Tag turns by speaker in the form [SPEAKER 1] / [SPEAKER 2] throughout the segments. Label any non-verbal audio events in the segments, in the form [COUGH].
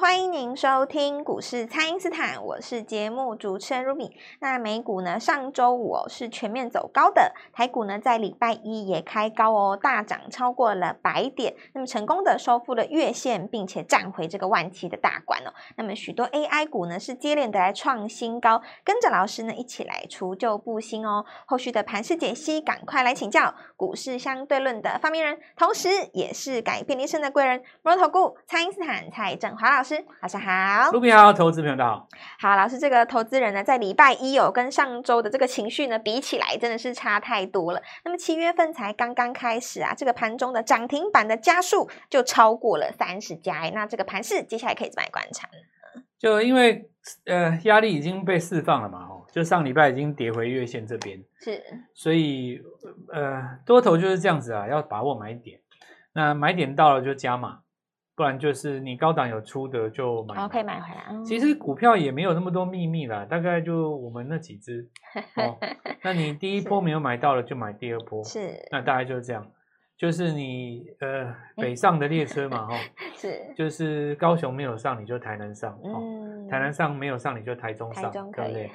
[SPEAKER 1] 欢迎您收听股市蔡因斯坦，我是节目主持人 Ruby。那美股呢，上周五哦是全面走高的，台股呢在礼拜一也开高哦，大涨超过了百点，那么成功的收复了月线，并且站回这个万七的大关哦。那么许多 AI 股呢是接连的来创新高，跟着老师呢一起来除旧布新哦。后续的盘势解析，赶快来请教股市相对论的发明人，同时也是改变人生的贵人——摩头股蔡因斯坦蔡振华老师，晚上好。
[SPEAKER 2] 卢平好，投资朋友大家好。
[SPEAKER 1] 好，老师，这个投资人呢，在礼拜一有、哦、跟上周的这个情绪呢比起来，真的是差太多了。那么七月份才刚刚开始啊，这个盘中的涨停板的家数就超过了三十家诶，那这个盘势接下来可以怎么来观察呢？
[SPEAKER 2] 就因为呃压力已经被释放了嘛，哦，就上礼拜已经跌回月线这边，
[SPEAKER 1] 是，
[SPEAKER 2] 所以呃多头就是这样子啊，要把握买点。那买点到了就加码，不然就是你高档有出的就买嘛。
[SPEAKER 1] 然后可以买回来。嗯
[SPEAKER 2] 其实股票也没有那么多秘密啦，大概就我们那几
[SPEAKER 1] [LAUGHS]
[SPEAKER 2] 只。哦，那你第一波没有买到了，就买第二波。
[SPEAKER 1] 是
[SPEAKER 2] 那大概就是这样，就是你呃北上的列车嘛，哦，
[SPEAKER 1] 是，
[SPEAKER 2] 就是高雄没有上，你就台南上，哦，
[SPEAKER 1] 嗯，
[SPEAKER 2] 台南上没有上，你就台中
[SPEAKER 1] 台
[SPEAKER 2] 上，
[SPEAKER 1] 中
[SPEAKER 2] 对
[SPEAKER 1] 可
[SPEAKER 2] 不
[SPEAKER 1] 以
[SPEAKER 2] 对？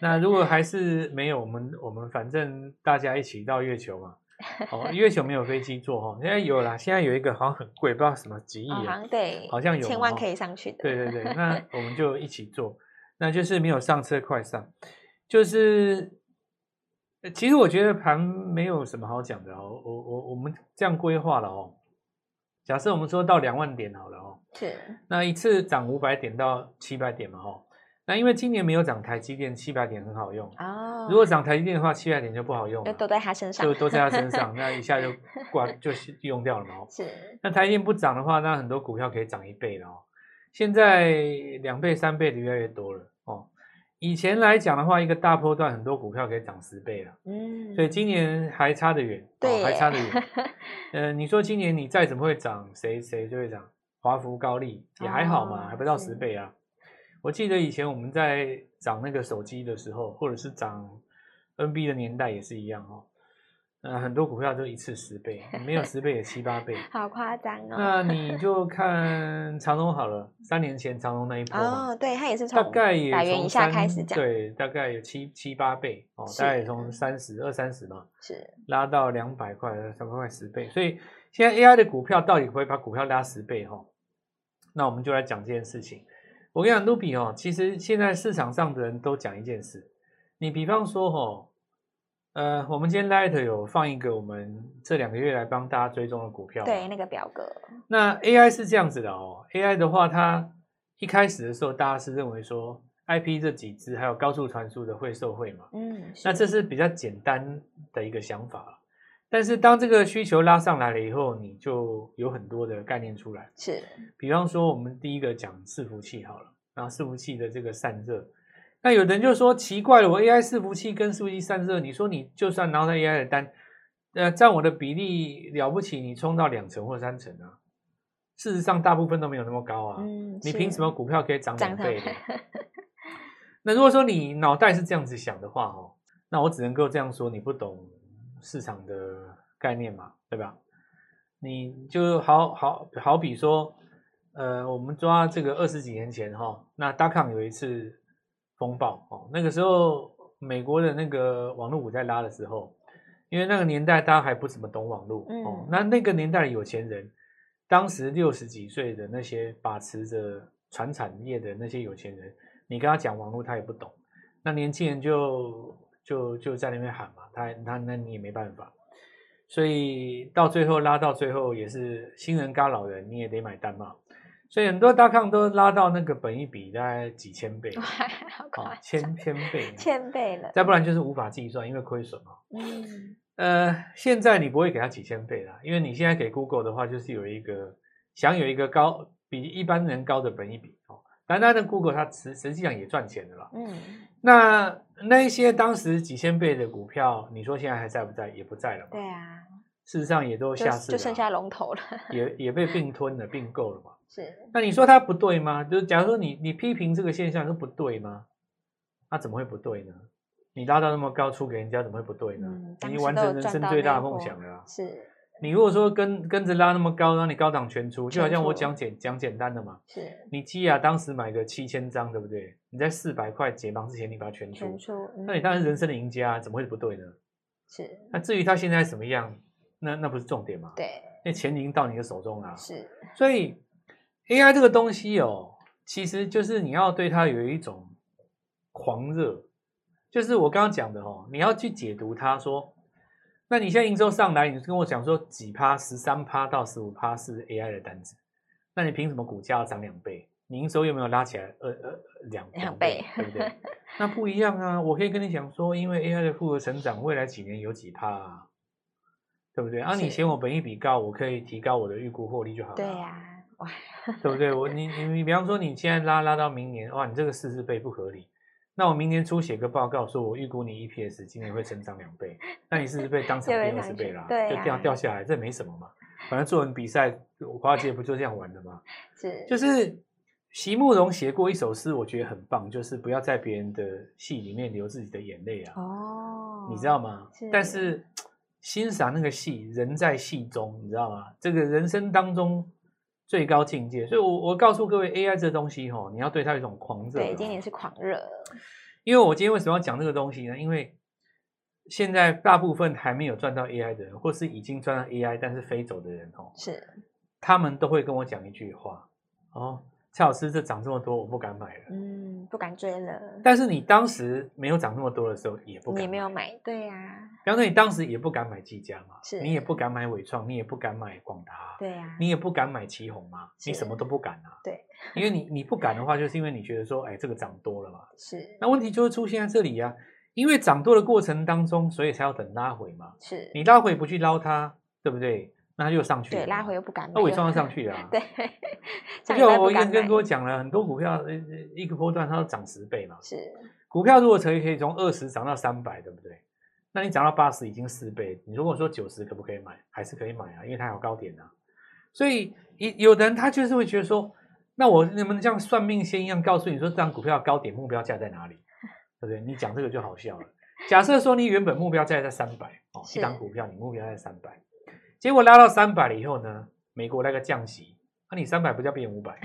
[SPEAKER 1] [LAUGHS]
[SPEAKER 2] 那如果还是没有，我们我们反正大家一起到月球
[SPEAKER 1] [LAUGHS]
[SPEAKER 2] 嘛。哦，月球没有飞机坐哦，现在有啦，现在有一个好像很贵，不知道什么几亿
[SPEAKER 1] 哦好
[SPEAKER 2] 啊。
[SPEAKER 1] 像对，
[SPEAKER 2] 好像有
[SPEAKER 1] 千万
[SPEAKER 2] 哦
[SPEAKER 1] 可以上去的。
[SPEAKER 2] 对对对，那我们就一起做，那就是没有上车快上，就是。呃其实我觉得盘没有什么好讲的哦，我我我们这样规划了哦。假设我们说到两万点好了哦，
[SPEAKER 1] 是，
[SPEAKER 2] 那一次涨五百点到七百点嘛，吼。那因为今年没有涨台积电，七百点很好用。
[SPEAKER 1] 哦，
[SPEAKER 2] 如果涨台积电的话，七百点就不好用
[SPEAKER 1] 就
[SPEAKER 2] 了，
[SPEAKER 1] 都在他身上
[SPEAKER 2] 就，都在它身上，那一下就
[SPEAKER 1] [LAUGHS]
[SPEAKER 2] 挂就是用掉了嘛。吼
[SPEAKER 1] 是，
[SPEAKER 2] 那台积电不涨的话，那很多股票可以涨一倍了哦。现在两倍、三倍的越来越多了哦。以前来讲的话，一个大波段很多股票可以涨十倍了，
[SPEAKER 1] 嗯，
[SPEAKER 2] 所以今年还差得远，
[SPEAKER 1] 对
[SPEAKER 2] 哦，还
[SPEAKER 1] 耶
[SPEAKER 2] 差
[SPEAKER 1] [LAUGHS]
[SPEAKER 2] 得远。呃，你说今年你再怎么会涨，谁谁就会涨。华孚、高丽也还好嘛，
[SPEAKER 1] 哦
[SPEAKER 2] 还不到
[SPEAKER 1] 是
[SPEAKER 2] 十倍啊。我记得以前我们在涨那个手机的时候，或者是涨 NB 的年代也是一样哦。呃，很多股票都一次十倍，没有十倍也七八倍。
[SPEAKER 1] [LAUGHS] 好夸张哦。
[SPEAKER 2] 那你就看长隆好了，三年前长隆那一波嘛，
[SPEAKER 1] 哦，对，他也是
[SPEAKER 2] 大
[SPEAKER 1] 从
[SPEAKER 2] 概也
[SPEAKER 1] 百元
[SPEAKER 2] 从
[SPEAKER 1] 以下开
[SPEAKER 2] 三
[SPEAKER 1] 始讲，
[SPEAKER 2] 对，大概有七七八倍哦，
[SPEAKER 1] 是
[SPEAKER 2] 大概也从三十二三十嘛，
[SPEAKER 1] 是，
[SPEAKER 2] 拉到两百块，呃三百块十倍。所以现在 AI 的股票到底会不会把股票拉十倍哦？那我们就来讲这件事情。我跟你讲，卢比哦，其实现在市场上的人都讲一件事，你比方说哦，呃，我们今天 Light 有放一个我们这两个月来帮大家追踪的股票嘛，
[SPEAKER 1] 对，那个表格，嗯
[SPEAKER 2] 那 AI 是这样子的哦，AI 的话，它一开始的时候，大家是认为说 IP 这几只还有高速传输的会受惠嘛，
[SPEAKER 1] 嗯，
[SPEAKER 2] 那这是比较简单的一个想法啦。但是当这个需求拉上来了以后，你就有很多的概念出来。
[SPEAKER 1] 是
[SPEAKER 2] 比方说，我们第一个讲伺服器好了，然后伺服器的这个散热，那有的人就说奇怪了，我 AI 伺服器跟伺服器散热，你说你就算拿到 AI 的单，呃，占我的比例了不起，你冲到两成或三成啊？事实上，大部分都没有那么高啊。
[SPEAKER 1] 嗯，
[SPEAKER 2] 你
[SPEAKER 1] 是
[SPEAKER 2] 凭什么股票可以涨
[SPEAKER 1] 涨
[SPEAKER 2] 两
[SPEAKER 1] 它
[SPEAKER 2] 倍的？那如果说你脑袋是这样子想的话，哦，那我只能够这样说，你不懂市场的概念嘛，对吧？你就好好好比说，呃，我们抓这个二十几年前哈、哦，那达康有一次风暴哦，那个时候美国的那个网络股在拉的时候，因为那个年代大家还不怎么懂网络、哦
[SPEAKER 1] 嗯，
[SPEAKER 2] 那那个年代的有钱人，当时六十几岁的那些把持着传产业的那些有钱人，你跟他讲网络他也不懂，那年轻人就就就在那边喊嘛，他他那你也没办法，所以到最后拉到最后也是新人嘎老人，你也得买单嘛。所以很多大康都拉到那个本一比大概几千倍，
[SPEAKER 1] [LAUGHS] 哇，好
[SPEAKER 2] 哦
[SPEAKER 1] 夸，张，
[SPEAKER 2] 千千倍，
[SPEAKER 1] 千倍了，
[SPEAKER 2] 再不然就是无法计算，因为亏损嘛。
[SPEAKER 1] 嗯，
[SPEAKER 2] 呃，现在你不会给它几千倍啦，因为你现在给 Google 的话，就是有一个享有一个高比一般人高的本益比哦。单单的 Google 它实实际上也赚钱的啦。
[SPEAKER 1] 嗯，
[SPEAKER 2] 那那一些当时几千倍的股票，你说现在还在不在？也不在了嘛。
[SPEAKER 1] 对啊，
[SPEAKER 2] 事实上也都
[SPEAKER 1] 就
[SPEAKER 2] 下市
[SPEAKER 1] 就剩下
[SPEAKER 2] 了
[SPEAKER 1] 龙头了，
[SPEAKER 2] 啊，也也被并吞了、并购
[SPEAKER 1] [LAUGHS]
[SPEAKER 2] 了嘛。
[SPEAKER 1] 是，
[SPEAKER 2] 那你说它不对吗？就是假如说你你批评这个现象是不对吗？那、怎么会不对呢？你拉到那么高出给人家，怎么会不对呢？
[SPEAKER 1] 嗯当
[SPEAKER 2] 你
[SPEAKER 1] 时
[SPEAKER 2] 完
[SPEAKER 1] 都有
[SPEAKER 2] 成人
[SPEAKER 1] 赚
[SPEAKER 2] 生
[SPEAKER 1] 到
[SPEAKER 2] 最
[SPEAKER 1] 那
[SPEAKER 2] 大
[SPEAKER 1] 一
[SPEAKER 2] 梦
[SPEAKER 1] 波
[SPEAKER 2] 想了、啊。
[SPEAKER 1] 是，
[SPEAKER 2] 你如果说跟跟着拉那么高，让你高档全出，就好像我
[SPEAKER 1] 全出
[SPEAKER 2] 讲简讲简单的嘛，
[SPEAKER 1] 是
[SPEAKER 2] 你基亚当时买个七千张，对不对？你在四百块解盲之前，你把它全
[SPEAKER 1] 全
[SPEAKER 2] 出，
[SPEAKER 1] 出，
[SPEAKER 2] 那你
[SPEAKER 1] 嗯，
[SPEAKER 2] 当然是人生的赢家，啊怎么会不对呢？
[SPEAKER 1] 是，
[SPEAKER 2] 那至于它现在什么样，那那不是重点嘛？，
[SPEAKER 1] 对，
[SPEAKER 2] 那钱已经到你的手中了啊、
[SPEAKER 1] 是，
[SPEAKER 2] 所以 AI 这个东西哦，其实就是你要对它有一种狂热，就是我刚刚讲的哦，你要去解读它说，那你现在营收上来，你跟我讲说几趴，十三趴到十五趴是 AI 的单子，那你凭什么股价要涨两倍？你营收有没有拉起来？呃呃，两
[SPEAKER 1] 两倍
[SPEAKER 2] 对不
[SPEAKER 1] [LAUGHS]
[SPEAKER 2] 对？那不一样啊！我可以跟你讲说，因为 AI 的复合成长，未来几年有几趴、啊，对不对？啊，你
[SPEAKER 1] 是
[SPEAKER 2] 嫌我本益比高，我可以提高我的预估获利就好了。啊
[SPEAKER 1] 对啊呀，哇，
[SPEAKER 2] 对不对？我你你你，比方说你现在拉拉到明年，哇，你这个四十倍不合理。那我明年初写个报告，说我预估你 EPS 今年会增长两倍，那你四十倍当场
[SPEAKER 1] 就会
[SPEAKER 2] 变二十
[SPEAKER 1] 上
[SPEAKER 2] 倍
[SPEAKER 1] 去
[SPEAKER 2] 啦，
[SPEAKER 1] 对
[SPEAKER 2] 就掉
[SPEAKER 1] 啊
[SPEAKER 2] 掉下来，这没什么嘛。反正作文比赛，华尔街不就这样玩的吗？ [LAUGHS]
[SPEAKER 1] 是，
[SPEAKER 2] 就是席慕容写过一首诗，我觉得很棒，就是不要在别人的戏里面流自己的眼泪啊，
[SPEAKER 1] 哦，
[SPEAKER 2] 你知道吗？
[SPEAKER 1] 是
[SPEAKER 2] 但是欣赏那个戏，人在戏中，你知道吗？这个人生当中最高境界。所以我，我告诉各位，AI 这东西吼、你要对它有一种狂热。啊
[SPEAKER 1] 对，今年是狂热了，
[SPEAKER 2] 因为我今天为什么要讲这个东西呢？因为现在大部分还没有赚到 AI 的人，或是已经赚到 AI 但是飞走的人哦，
[SPEAKER 1] 是，
[SPEAKER 2] 他们都会跟我讲一句话：哦，蔡老师，这涨这么多，我不敢买了。
[SPEAKER 1] 嗯，不敢追了，
[SPEAKER 2] 但是你当时没有涨那么多的时候，也不
[SPEAKER 1] 你
[SPEAKER 2] 敢
[SPEAKER 1] 也没
[SPEAKER 2] 买
[SPEAKER 1] 有买，对啊呀，
[SPEAKER 2] 比方说你当时也不敢买技嘉嘛，
[SPEAKER 1] 是
[SPEAKER 2] 你也不敢买伟创，你也不敢买广达，
[SPEAKER 1] 对啊呀，
[SPEAKER 2] 你也不敢买旗宏嘛，
[SPEAKER 1] 是
[SPEAKER 2] 你什么都不敢啊。
[SPEAKER 1] 对，
[SPEAKER 2] [LAUGHS] 因为你你不敢的话，就是因为你觉得说，哎，这个涨多了嘛。
[SPEAKER 1] 是
[SPEAKER 2] 那问题就会出现在这里呀、啊，因为涨多的过程当中，所以才要等拉回嘛。
[SPEAKER 1] 是，
[SPEAKER 2] 你拉回不去捞它，对不对？那它就上去了
[SPEAKER 1] 对，
[SPEAKER 2] 嘛
[SPEAKER 1] 拉回，又不敢买，
[SPEAKER 2] 啊那伟创
[SPEAKER 1] 又 [LAUGHS]。
[SPEAKER 2] 要上去了、啊
[SPEAKER 1] 对，上礼
[SPEAKER 2] 就
[SPEAKER 1] 拜
[SPEAKER 2] 我
[SPEAKER 1] 不
[SPEAKER 2] 一
[SPEAKER 1] 敢
[SPEAKER 2] 个跟
[SPEAKER 1] 买
[SPEAKER 2] 跟我讲了很多股票，呃呃一个波段它都涨十倍嘛。
[SPEAKER 1] 是，
[SPEAKER 2] 股票如果可以可以从二十涨到三百，对不对？那你涨到八十已经四倍，你如果说九十可不可以买？还是可以买啊，因为它有高点啊。所以有有的人他就是会觉得说，那我能不能像算命先一样告诉你说，这张股票的高点目标价在哪里，对不对？你讲这个就好笑了。假设说你原本目标价在三百哦，
[SPEAKER 1] 是
[SPEAKER 2] 一档股票你目标在三百，结果拉到三百了以后呢，美国那个降息，那、你三百不叫变
[SPEAKER 1] [LAUGHS]
[SPEAKER 2] 五百，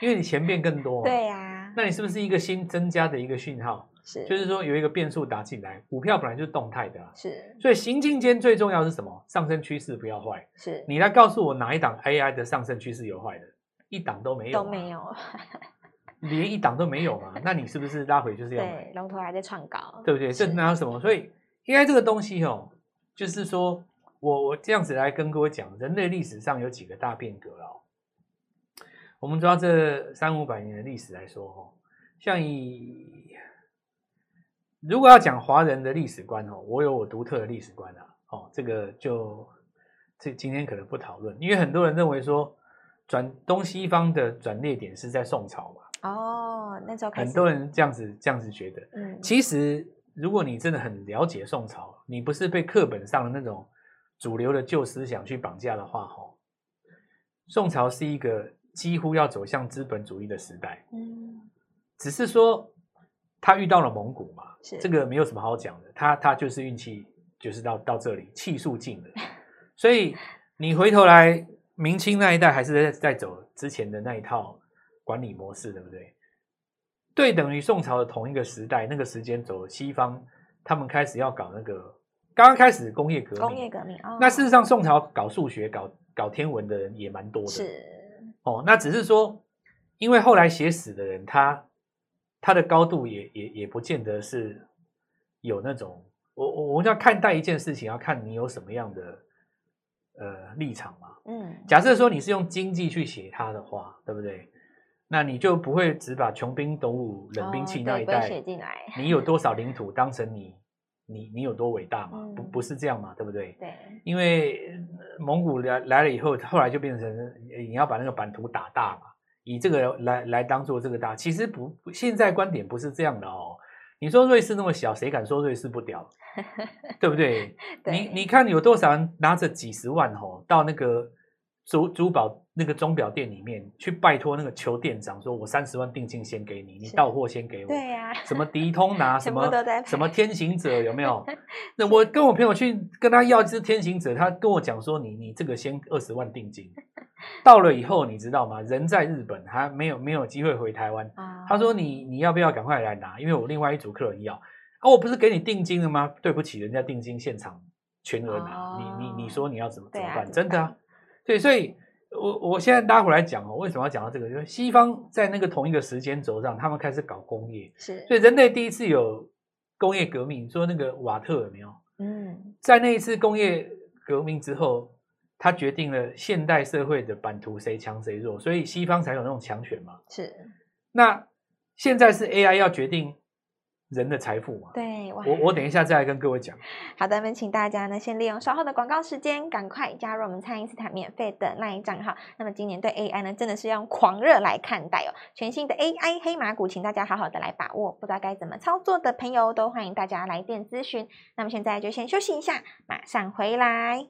[SPEAKER 2] 因为你钱变更多、
[SPEAKER 1] 对呀，
[SPEAKER 2] 那你是不是一个新增加的一个讯号？
[SPEAKER 1] 是，
[SPEAKER 2] 就是说有一个变数打进来，股票本来就是动态的啊、
[SPEAKER 1] 是
[SPEAKER 2] 所以行进间最重要的是什么？上升趋势不要坏。
[SPEAKER 1] 是，
[SPEAKER 2] 你来告诉我哪一档 AI 的上升趋势有坏的？一档都没有、啊
[SPEAKER 1] 都没，有，
[SPEAKER 2] 连一档都没有嘛？那你是不是拉回就是要买，
[SPEAKER 1] 对，龙头还在创高，
[SPEAKER 2] 对不对？这
[SPEAKER 1] 是
[SPEAKER 2] 哪有什么？所以 AI 这个东西哦，就是说我我这样子来跟各位讲，人类历史上有几个大变革哦。我们抓这三五百年的历史来说哦，像以如果要讲华人的历史观哦，我有我独特的历史观啊，哦，这个就这今天可能不讨论，因为很多人认为说转东西方的转捩点是在宋朝嘛，
[SPEAKER 1] 哦，那时候开
[SPEAKER 2] 很
[SPEAKER 1] 始，
[SPEAKER 2] 多人这样子这样子觉得。
[SPEAKER 1] 嗯，
[SPEAKER 2] 其实，如果你真的很了解宋朝，你不是被课本上的那种主流的旧思想去绑架的话，吼，宋朝是一个几乎要走向资本主义的时代，
[SPEAKER 1] 嗯，
[SPEAKER 2] 只是说他遇到了蒙古嘛，
[SPEAKER 1] 是
[SPEAKER 2] 这个没有什么好讲的，他他就是运气就是到到这里，气数尽了，所以你回头来，明清那一代还是在在走之前的那一套管理模式，对不对？对等于宋朝的同一个时代，那个时间走西方，他们开始要搞那个，刚刚开始工业革命，
[SPEAKER 1] 工业革命哦，
[SPEAKER 2] 那事实上宋朝搞数学、搞搞天文的人也蛮多的，
[SPEAKER 1] 是
[SPEAKER 2] 哦，那只是说，因为后来写史的人，他他的高度也也也不见得是有那种，我我我们要看待一件事情，要看你有什么样的呃立场嘛。
[SPEAKER 1] 嗯，
[SPEAKER 2] 假设说你是用经济去写它的话，对不对？那你就不会只把穷兵黩武、冷兵
[SPEAKER 1] 哦
[SPEAKER 2] 器
[SPEAKER 1] 对
[SPEAKER 2] 那一
[SPEAKER 1] 不会
[SPEAKER 2] 带，
[SPEAKER 1] 写进来，[LAUGHS]
[SPEAKER 2] 你有多少领土当成你你你有多伟大嘛？不
[SPEAKER 1] 嗯
[SPEAKER 2] 不是这样嘛，对不对？
[SPEAKER 1] 对，
[SPEAKER 2] 因为呃蒙古来来了以后，后来就变成呃你要把那个版图打大嘛，以这个来来当做这个大。其实不，不现在观点不是这样的哦。你说瑞士那么小，谁敢说瑞士
[SPEAKER 1] [LAUGHS]
[SPEAKER 2] 不屌？对不对？
[SPEAKER 1] 对
[SPEAKER 2] 你你看有多少人拿着几十万哦，到那个珠珠宝那个钟表店里面去拜托那个求店长，说我三十万定金先给你，你
[SPEAKER 1] 是
[SPEAKER 2] 到货先给我。
[SPEAKER 1] 对呀、
[SPEAKER 2] 什么迪通拿什
[SPEAKER 1] [LAUGHS] 全部
[SPEAKER 2] 么
[SPEAKER 1] 都在拍
[SPEAKER 2] 什么天行者有没有？那
[SPEAKER 1] [LAUGHS]
[SPEAKER 2] 我跟我朋友去跟他要一只天行者，他跟我讲说你你这个先二十万定
[SPEAKER 1] [LAUGHS]
[SPEAKER 2] 金，到了以后你知道吗？人在日本还没有没有机会回台湾，
[SPEAKER 1] 啊
[SPEAKER 2] 他说你你要不要赶快来拿？因为我另外一组客人要啊，我不是给你定金了吗？对不起，人家定金现场全额拿，
[SPEAKER 1] 哦
[SPEAKER 2] 你你你说你要怎么怎
[SPEAKER 1] 对
[SPEAKER 2] 么
[SPEAKER 1] 啊
[SPEAKER 2] 办？
[SPEAKER 1] 怎么
[SPEAKER 2] 真的啊
[SPEAKER 1] 办，
[SPEAKER 2] 对，所以我我现在拉回来讲哦，为什么要讲到这个？就是西方在那个同一个时间轴上，他们开始搞工业，
[SPEAKER 1] 是，
[SPEAKER 2] 所以人类第一次有工业革命，说那个瓦特有没有？
[SPEAKER 1] 嗯，
[SPEAKER 2] 在那一次工业革命之后，它决定了现代社会的版图谁强谁弱，所以西方才有那种强权嘛。
[SPEAKER 1] 是
[SPEAKER 2] 那现在是 AI 要决定人的财富嘛？
[SPEAKER 1] 对哇。
[SPEAKER 2] 我我等一下再来跟各位讲。
[SPEAKER 1] 好的，那么请大家呢，先利用稍后的广告时间，赶快加入我们蔡因斯坦免费的那一账号。那么今年对 AI 呢，真的是要用狂热来看待哦。全新的 AI 黑马股，请大家好好的来把握。不知道该怎么操作的朋友，都欢迎大家来电咨询。那么现在就先休息一下，马上回来。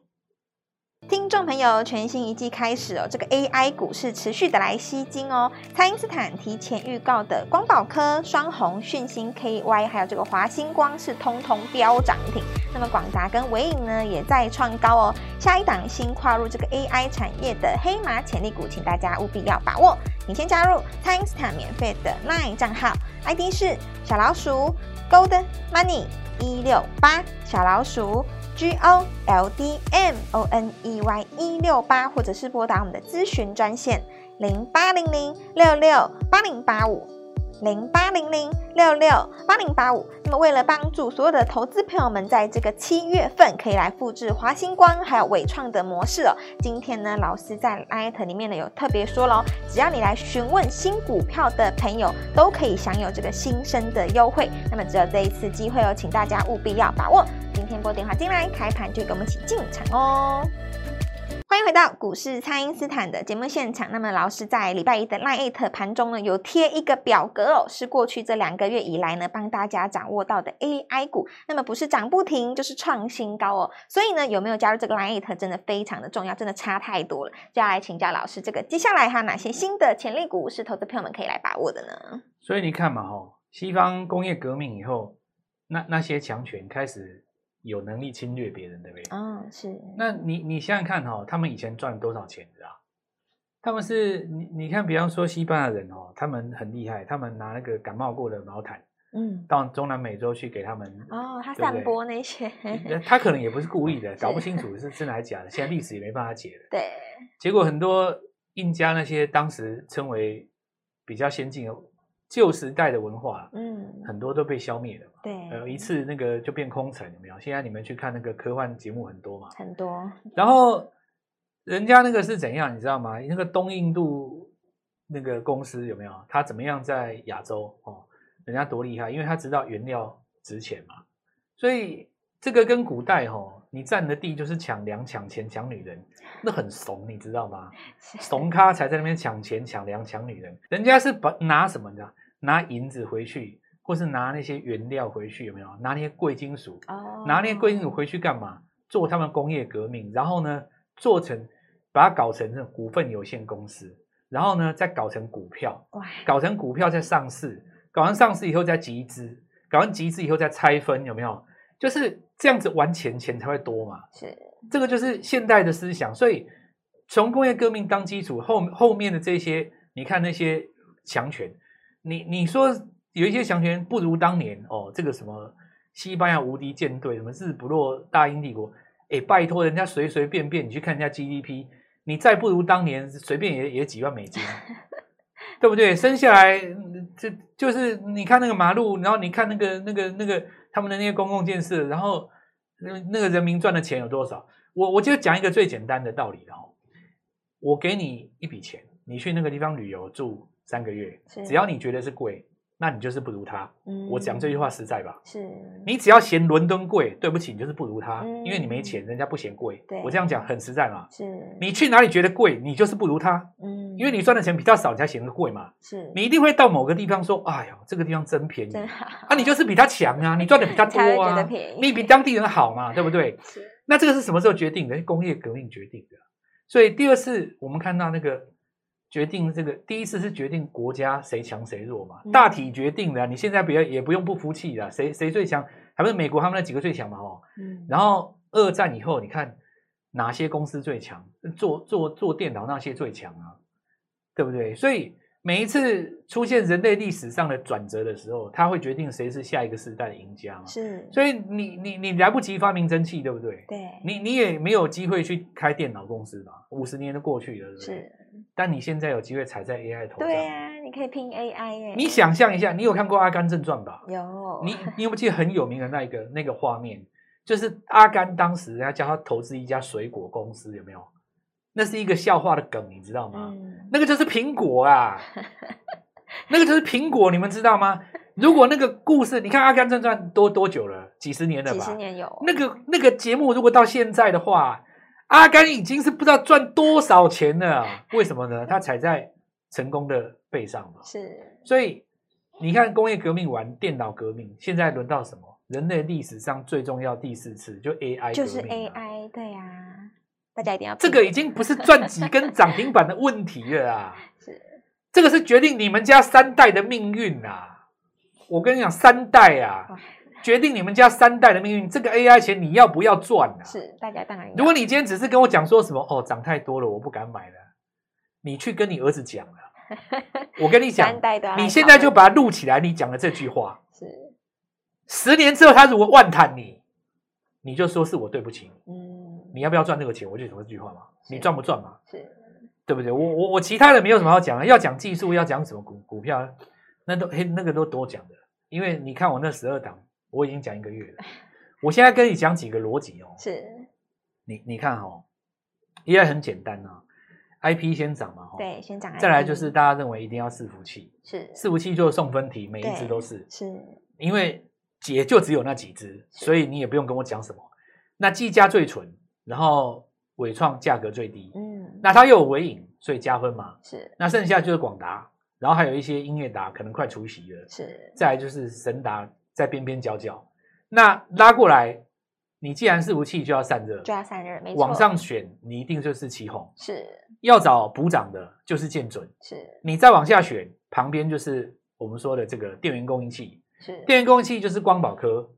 [SPEAKER 1] 听众朋友，全新一季开始哦，这个 AI 股市持续的来吸金哦。蔡因斯坦提前预告的光宝科、双红、讯星 KY，还有这个华星光是通通飙涨停。那么广达跟伟影呢也在创高哦。下一档新跨入这个 AI 产业的黑马潜力股，请大家务必要把握。你先加入蔡因斯坦免费的 LINE 账号，ID 是小老鼠 Gold Money 一六八，小老鼠 G O L D M O N E Y 一六八，或者是拨打我们的咨询专线零八零零六六八零八五。零八零零六六八零八五。那么，为了帮助所有的投资朋友们在这个七月份可以来复制华星光还有伟创的模式哦，今天呢，老师在 Light 里面呢有特别说喽，只要你来询问新股票的朋友，都可以享有这个新生的优惠。那么，只有这一次机会哦，请大家务必要把握。今天拨电话进来，开盘就跟我们一起进场哦。欢迎回到股市，蔡因斯坦的节目现场。那么，老师在礼拜一的 Line at 盘中呢，有贴一个表格哦，是过去这两个月以来呢，帮大家掌握到的 AI 股。那么不是涨不停，就是创新高哦。所以呢，有没有加入这个 Line at 真的非常的重要，真的差太多了。就要来请教老师，这个接下来还有哪些新的潜力股是投资朋友们可以来把握的呢？
[SPEAKER 2] 所以你看嘛，哦，西方工业革命以后，那那些强权开始有能力侵略别人，对不对？
[SPEAKER 1] 嗯，是，
[SPEAKER 2] 那你你想想看哦，他们以前赚多少钱的啊？他们是你你看，比方说西班牙人哦，他们很厉害，他们拿那个感冒过的毛毯
[SPEAKER 1] 嗯，
[SPEAKER 2] 到中南美洲去给他们。
[SPEAKER 1] 哦，他
[SPEAKER 2] 对不
[SPEAKER 1] 散
[SPEAKER 2] 对
[SPEAKER 1] 播那
[SPEAKER 2] [LAUGHS]
[SPEAKER 1] 些，
[SPEAKER 2] 呃他可能也不是故意的，搞不清楚是真的还是假的，现在历史也没办法解了。
[SPEAKER 1] 对，
[SPEAKER 2] 结果很多印加那些当时称为比较先进的旧时代的文化，
[SPEAKER 1] 嗯，
[SPEAKER 2] 很多都被消灭了嘛。
[SPEAKER 1] 对，
[SPEAKER 2] 呃，一次那个就变空城，有没有？现在你们去看那个科幻节目很多嘛。
[SPEAKER 1] 很
[SPEAKER 2] [LAUGHS]
[SPEAKER 1] 多，
[SPEAKER 2] 然后人家那个是怎样，你知道吗？那个东印度那个公司有没有？他怎么样在亚洲哦？人家多厉害，因为他知道原料值钱嘛。所以这个跟古代哦，你占的地就是抢粮、抢钱、抢女人，那很怂，你知道吗？怂咖才在那边抢钱、抢粮、抢女人。人家是把拿什么呢？拿银子回去，或是拿那些原料回去，有没有？拿那些贵金属，
[SPEAKER 1] 哦，
[SPEAKER 2] 拿那些贵金属回去干嘛？做他们工业革命，然后呢，做成把它搞成这种股份有限公司，然后呢，再搞成股票，
[SPEAKER 1] 哇，
[SPEAKER 2] 搞成股票再上市，搞完上市以后再集资，搞完集资以后再拆分，有没有？就是这样子玩钱，钱才会多嘛。
[SPEAKER 1] 是，
[SPEAKER 2] 这个就是现代的思想。所以从工业革命当基础，后后面的这些，你看那些强权，你你说有一些强权不如当年哦，这个什么西班牙无敌舰队，什么日不落大英帝国，哎，拜托人家随随便便你去看人家 GDP，你再不如当年随便也也几万美金。啊对不对？生下来嗯就就是你看那个马路，然后你看那个那个那个他们的那些公共建设，然后那那个人民赚的钱有多少？我我就讲一个最简单的道理哦，我给你一笔钱，你去那个地方旅游住三个月，
[SPEAKER 1] 是
[SPEAKER 2] 只要你觉得是贵，那你就是不如他。
[SPEAKER 1] 嗯
[SPEAKER 2] 我讲这句话实在吧？
[SPEAKER 1] 是，
[SPEAKER 2] 你只要嫌伦敦贵，对不起，你就是不如他，
[SPEAKER 1] 嗯
[SPEAKER 2] 因为你没钱，人家不嫌贵
[SPEAKER 1] 对。
[SPEAKER 2] 我这样讲很实在嘛。
[SPEAKER 1] 是，
[SPEAKER 2] 你去哪里觉得贵，你就是不如他，
[SPEAKER 1] 嗯，
[SPEAKER 2] 因为你赚的钱比较少，你才嫌贵嘛。
[SPEAKER 1] 是
[SPEAKER 2] 你一定会到某个地方说：“哎呀，这个地方真便宜。
[SPEAKER 1] 真”好，
[SPEAKER 2] 啊，你就是比他强啊，你赚的比他多
[SPEAKER 1] [LAUGHS] 才会觉
[SPEAKER 2] 啊
[SPEAKER 1] 得，便宜
[SPEAKER 2] 你比当地人好嘛，对不对？
[SPEAKER 1] 是
[SPEAKER 2] 那这个是什么时候决定的？工业革命决定的。啊所以第二次我们看到那个决定这个，第一次是决定国家谁强谁弱嘛，
[SPEAKER 1] 嗯
[SPEAKER 2] 大体决定的啊、你现在不要也不用不服气啦，谁谁最强，还不是美国他们那几个最强嘛哦。
[SPEAKER 1] 嗯，
[SPEAKER 2] 然后二战以后，你看哪些公司最强，做做做电脑那些最强啊，对不对？所以每一次出现人类历史上的转折的时候，它会决定谁是下一个时代的赢家嘛。
[SPEAKER 1] 是，
[SPEAKER 2] 所以你你你来不及发明蒸汽，对不对？
[SPEAKER 1] 对，
[SPEAKER 2] 你你也没有机会去开电脑公司吧？五十年都过去了，对不对？
[SPEAKER 1] 是，
[SPEAKER 2] 但你现在有机会踩在 AI 头上。
[SPEAKER 1] 对啊，你可以拼 AI 耶，
[SPEAKER 2] 你想象一下，你有看过《阿甘正传》吧？
[SPEAKER 1] 有
[SPEAKER 2] 你你有没有记得很有名的那一个那个画面？就是阿甘当时人家叫他投资一家水果公司，有没有？那是一个笑话的梗，你知道吗？
[SPEAKER 1] 嗯，
[SPEAKER 2] 那个就是苹果啊，那个就是苹果，你们知道吗？如果那个故事，你看《阿甘正传》多多久了？几十年了吧？
[SPEAKER 1] 几十年有哦，
[SPEAKER 2] 那个那个节目如果到现在的话，阿甘已经是不知道赚多少钱了啊。为什么呢？他踩在成功的背上嘛。
[SPEAKER 1] 是，
[SPEAKER 2] 所以你看，工业革命完，电脑革命，现在轮到什么？人类历史上最重要第四次，就 AI
[SPEAKER 1] 就
[SPEAKER 2] 革
[SPEAKER 1] 是
[SPEAKER 2] 命啊
[SPEAKER 1] AI，对啊，大家一定要
[SPEAKER 2] 这
[SPEAKER 1] 拼
[SPEAKER 2] 个已经不是赚几根涨停板的问题了啊，
[SPEAKER 1] [LAUGHS] 是，
[SPEAKER 2] 这个是决定你们家三代的命运啊！我跟你讲，三代啊
[SPEAKER 1] 哇，
[SPEAKER 2] 决定你们家三代的命运。这个 AI 钱你要不要赚啊？
[SPEAKER 1] 是，大家当然
[SPEAKER 2] 如果
[SPEAKER 1] 要
[SPEAKER 2] 你今天只是跟我讲说什么哦，涨太多了，我不敢买了，你去跟你儿
[SPEAKER 1] [LAUGHS]
[SPEAKER 2] 子讲了。我跟你讲
[SPEAKER 1] 三，代都要
[SPEAKER 2] 你
[SPEAKER 1] 来
[SPEAKER 2] 现
[SPEAKER 1] 讨
[SPEAKER 2] 在就
[SPEAKER 1] 论
[SPEAKER 2] 把它录起来，你讲的这句话，
[SPEAKER 1] 是，
[SPEAKER 2] 十年之后他如果万谈你，你就说是我对不起你，
[SPEAKER 1] 嗯，
[SPEAKER 2] 你要不要赚这个钱？我就讲这句话嘛，
[SPEAKER 1] 是
[SPEAKER 2] 你赚不赚嘛，
[SPEAKER 1] 是，
[SPEAKER 2] 对不对？我我我其他的没有什么好讲的，啊要讲技术，要讲什么股股票，那都嘿那个都多讲的，因为你看我那十二档，我已经讲一个月了，我现在跟你讲几个逻辑哦，
[SPEAKER 1] 是，
[SPEAKER 2] 你你看哦，AI 很简单啊，IP 先涨嘛、哦，，
[SPEAKER 1] 对，先讲 IP，
[SPEAKER 2] 再来就是大家认为一定要伺服器，
[SPEAKER 1] 是
[SPEAKER 2] 伺服器就是送分题，每一只
[SPEAKER 1] 对
[SPEAKER 2] 都是，
[SPEAKER 1] 是
[SPEAKER 2] 因为也就只有那几只，
[SPEAKER 1] 是
[SPEAKER 2] 所以你也不用跟我讲什么。那技嘉最纯，然后伟创价格最低，
[SPEAKER 1] 嗯，
[SPEAKER 2] 那它又有尾影，所以加分嘛。
[SPEAKER 1] 是
[SPEAKER 2] 那剩下就是广达，然后还有一些音乐达，可能快除夕了。
[SPEAKER 1] 是
[SPEAKER 2] 再来就是神达在边边角角。那拉过来，你既然是服器就要散热，
[SPEAKER 1] 就要散热，没错，
[SPEAKER 2] 往上选，你一定就是旗红。
[SPEAKER 1] 是
[SPEAKER 2] 要找补涨的，就是建准。
[SPEAKER 1] 是
[SPEAKER 2] 你再往下选，旁边就是我们说的这个电源供应器，
[SPEAKER 1] 是，
[SPEAKER 2] 电源供应器就是光宝科，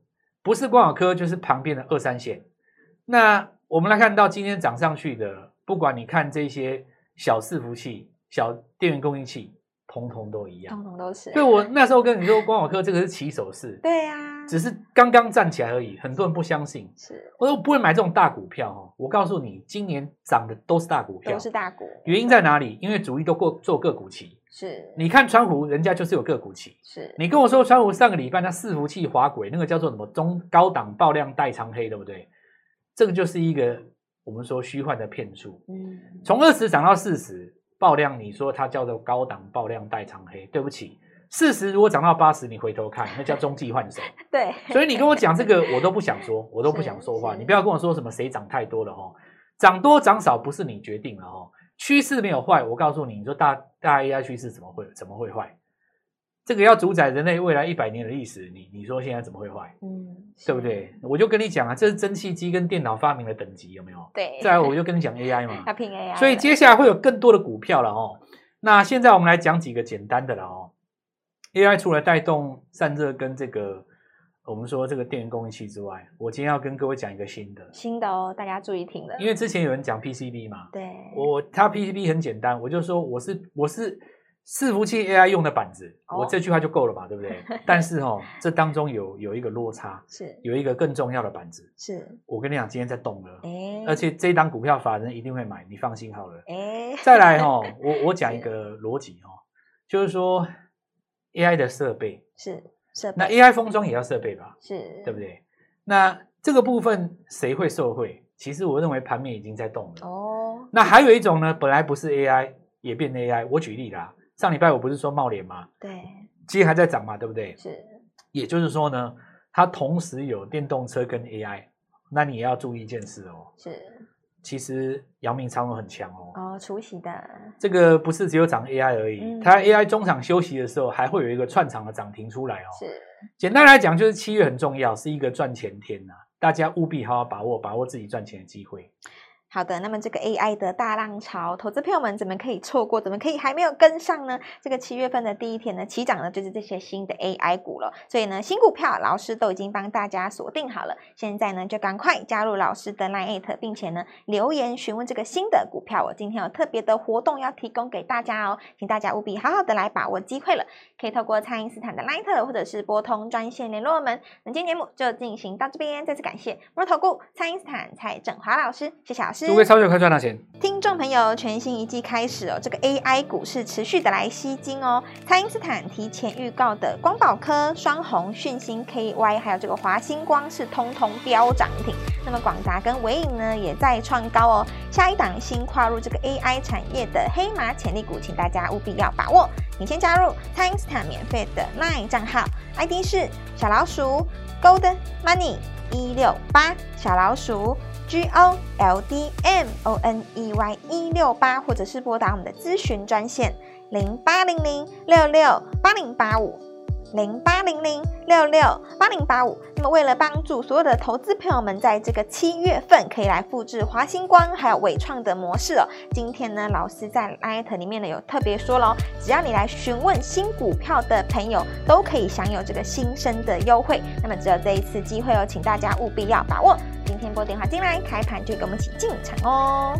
[SPEAKER 2] 不是光宝科就是旁边的二三线。那我们来看到今天涨上去的，不管你看这些小伺服器、小电源供应器，通通都一样
[SPEAKER 1] 通。通都是，
[SPEAKER 2] 对我那时候跟你说，光宝科这个是起手式，
[SPEAKER 1] 对啊，
[SPEAKER 2] 只是刚刚站起来而已，很多人不相信。
[SPEAKER 1] 是
[SPEAKER 2] 我说我不会买这种大股票哦，我告诉你，今年涨的都是大股票
[SPEAKER 1] 都，是大股，
[SPEAKER 2] 原因在哪里？因为主力都过做个股期，
[SPEAKER 1] 是
[SPEAKER 2] 你看川湖人家就是有个股期，
[SPEAKER 1] 是
[SPEAKER 2] 你跟我说川湖上个礼拜那伺服器滑轨，那个叫做什么中高档爆量带长黑，对不对？这个就是一个我们说虚幻的骗术，
[SPEAKER 1] 嗯
[SPEAKER 2] 从二十涨到四十爆量，你说它叫做高档爆量带长黑，对不起，四十如果涨到八十，你回头看那叫中继换手。
[SPEAKER 1] 对
[SPEAKER 2] [LAUGHS] 所以你跟我讲这个，我都不想说，我都不想说
[SPEAKER 1] [LAUGHS]
[SPEAKER 2] 话。
[SPEAKER 1] 是
[SPEAKER 2] 你不要跟我说什么谁涨太多了哦，涨多涨少不是你决定了哦。趋势没有坏，我告诉你，你说大大 AI 趋势怎么会怎么会坏？这个要主宰人类未来一百年的历史，你你说现在怎么会坏？
[SPEAKER 1] 嗯
[SPEAKER 2] 对不
[SPEAKER 1] 是
[SPEAKER 2] 对？我就跟你讲啊，这是蒸汽机跟电脑发明的等级，有没有？
[SPEAKER 1] 对，
[SPEAKER 2] 再来我就跟你讲
[SPEAKER 1] [LAUGHS]
[SPEAKER 2] AI 嘛，
[SPEAKER 1] 要拼 AI，
[SPEAKER 2] 所以
[SPEAKER 1] 了
[SPEAKER 2] 接下来会有更多的股票了哦。那现在我们来讲几个简单的了哦。AI 除了带动散热跟这个我们说这个电源供应器之外，我今天要跟各位讲一个新的，
[SPEAKER 1] 新的哦，大家注意听了，
[SPEAKER 2] 因为之前有人讲 PCB 嘛，
[SPEAKER 1] 对
[SPEAKER 2] 我它 PCB 很简单，我就说我是我是伺服器 AI 用的板子，
[SPEAKER 1] 哦
[SPEAKER 2] 我这句话就够了嘛，对
[SPEAKER 1] [LAUGHS]
[SPEAKER 2] 不对？但是哦，这当中有有一个落差，
[SPEAKER 1] 是
[SPEAKER 2] 有一个更重要的板子，
[SPEAKER 1] 是
[SPEAKER 2] 我跟你讲，今天在动了，
[SPEAKER 1] 哎，
[SPEAKER 2] 而且这档股票法人一定会买，你放心好了。
[SPEAKER 1] 哎
[SPEAKER 2] 再来哦，我我讲一个逻辑哦，就是说 AI 的设备，
[SPEAKER 1] 是设
[SPEAKER 2] 那
[SPEAKER 1] 备
[SPEAKER 2] AI 封装也要设备吧，
[SPEAKER 1] 是
[SPEAKER 2] 对不对？那这个部分谁会受惠？其实我认为盘面已经在动了。
[SPEAKER 1] 哦
[SPEAKER 2] 那还有一种呢，本来不是 AI 也变 AI。我举例啦，上礼拜我不是说茂联吗？
[SPEAKER 1] 对
[SPEAKER 2] 今天还在涨嘛，对不对？
[SPEAKER 1] 是
[SPEAKER 2] 也就是说呢，它同时有电动车跟 AI。那你也要注意一件事哦，
[SPEAKER 1] 是
[SPEAKER 2] 其实阳明长荣很强哦
[SPEAKER 1] 哦除夕的
[SPEAKER 2] 这个不是只有涨 AI 而已，
[SPEAKER 1] 嗯
[SPEAKER 2] 它 AI 中场休息的时候还会有一个串场的涨停出来哦。
[SPEAKER 1] 是
[SPEAKER 2] 简单来讲，就是七啊月很重要，是一个赚钱天呐、大家务必好好把握，把握自己赚钱的机会。
[SPEAKER 1] 好的，那么这个 AI 的大浪潮，投资朋友们怎么可以错过？怎么可以还没有跟上呢？这个七月份的第一天呢，起涨呢就是这些新的 AI 股了。所以呢，新股票老师都已经帮大家锁定好了，现在呢就赶快加入老师的 Line，并且呢留言询问这个新的股票。我哦今天有特别的活动要提供给大家哦，请大家务必好好的来把握机会了。可以透过蔡因斯坦的 Line 或者是拨通专线联络我们。那今天节目就进行到这边，再次感谢摩尔投顾蔡因斯坦蔡振华老师，谢谢老师。
[SPEAKER 2] 祝各位超越快赚大钱！
[SPEAKER 1] 听众朋友，全新一季开始哦，这个 AI 股市持续的来吸金哦。蔡因斯坦提前预告的光宝科、双红、讯星 KY，还有这个华星光是通通飙涨停。那么广达跟伟影呢也在创高哦。下一档新跨入这个 AI 产业的黑马潜力股，请大家务必要把握，你先加入蔡因斯坦免费的 LINE 账号，ID 是小老鼠 Gold Money 一六八小老鼠。G O L D M O N E Y 一六八，或者是拨打我们的咨询专线零八零零六六八零八五零八零零六六八零八五。那么，为了帮助所有的投资朋友们，在这个七月份可以来复制华星光还有伟创的模式哦。今天呢，老师在 Light 里面呢有特别说喽，只要你来询问新股票的朋友，都可以享有这个新生的优惠。那么，只有这一次机会哦，请大家务必要把握。今天拨电话进来，开盘就给我们一起进场哦。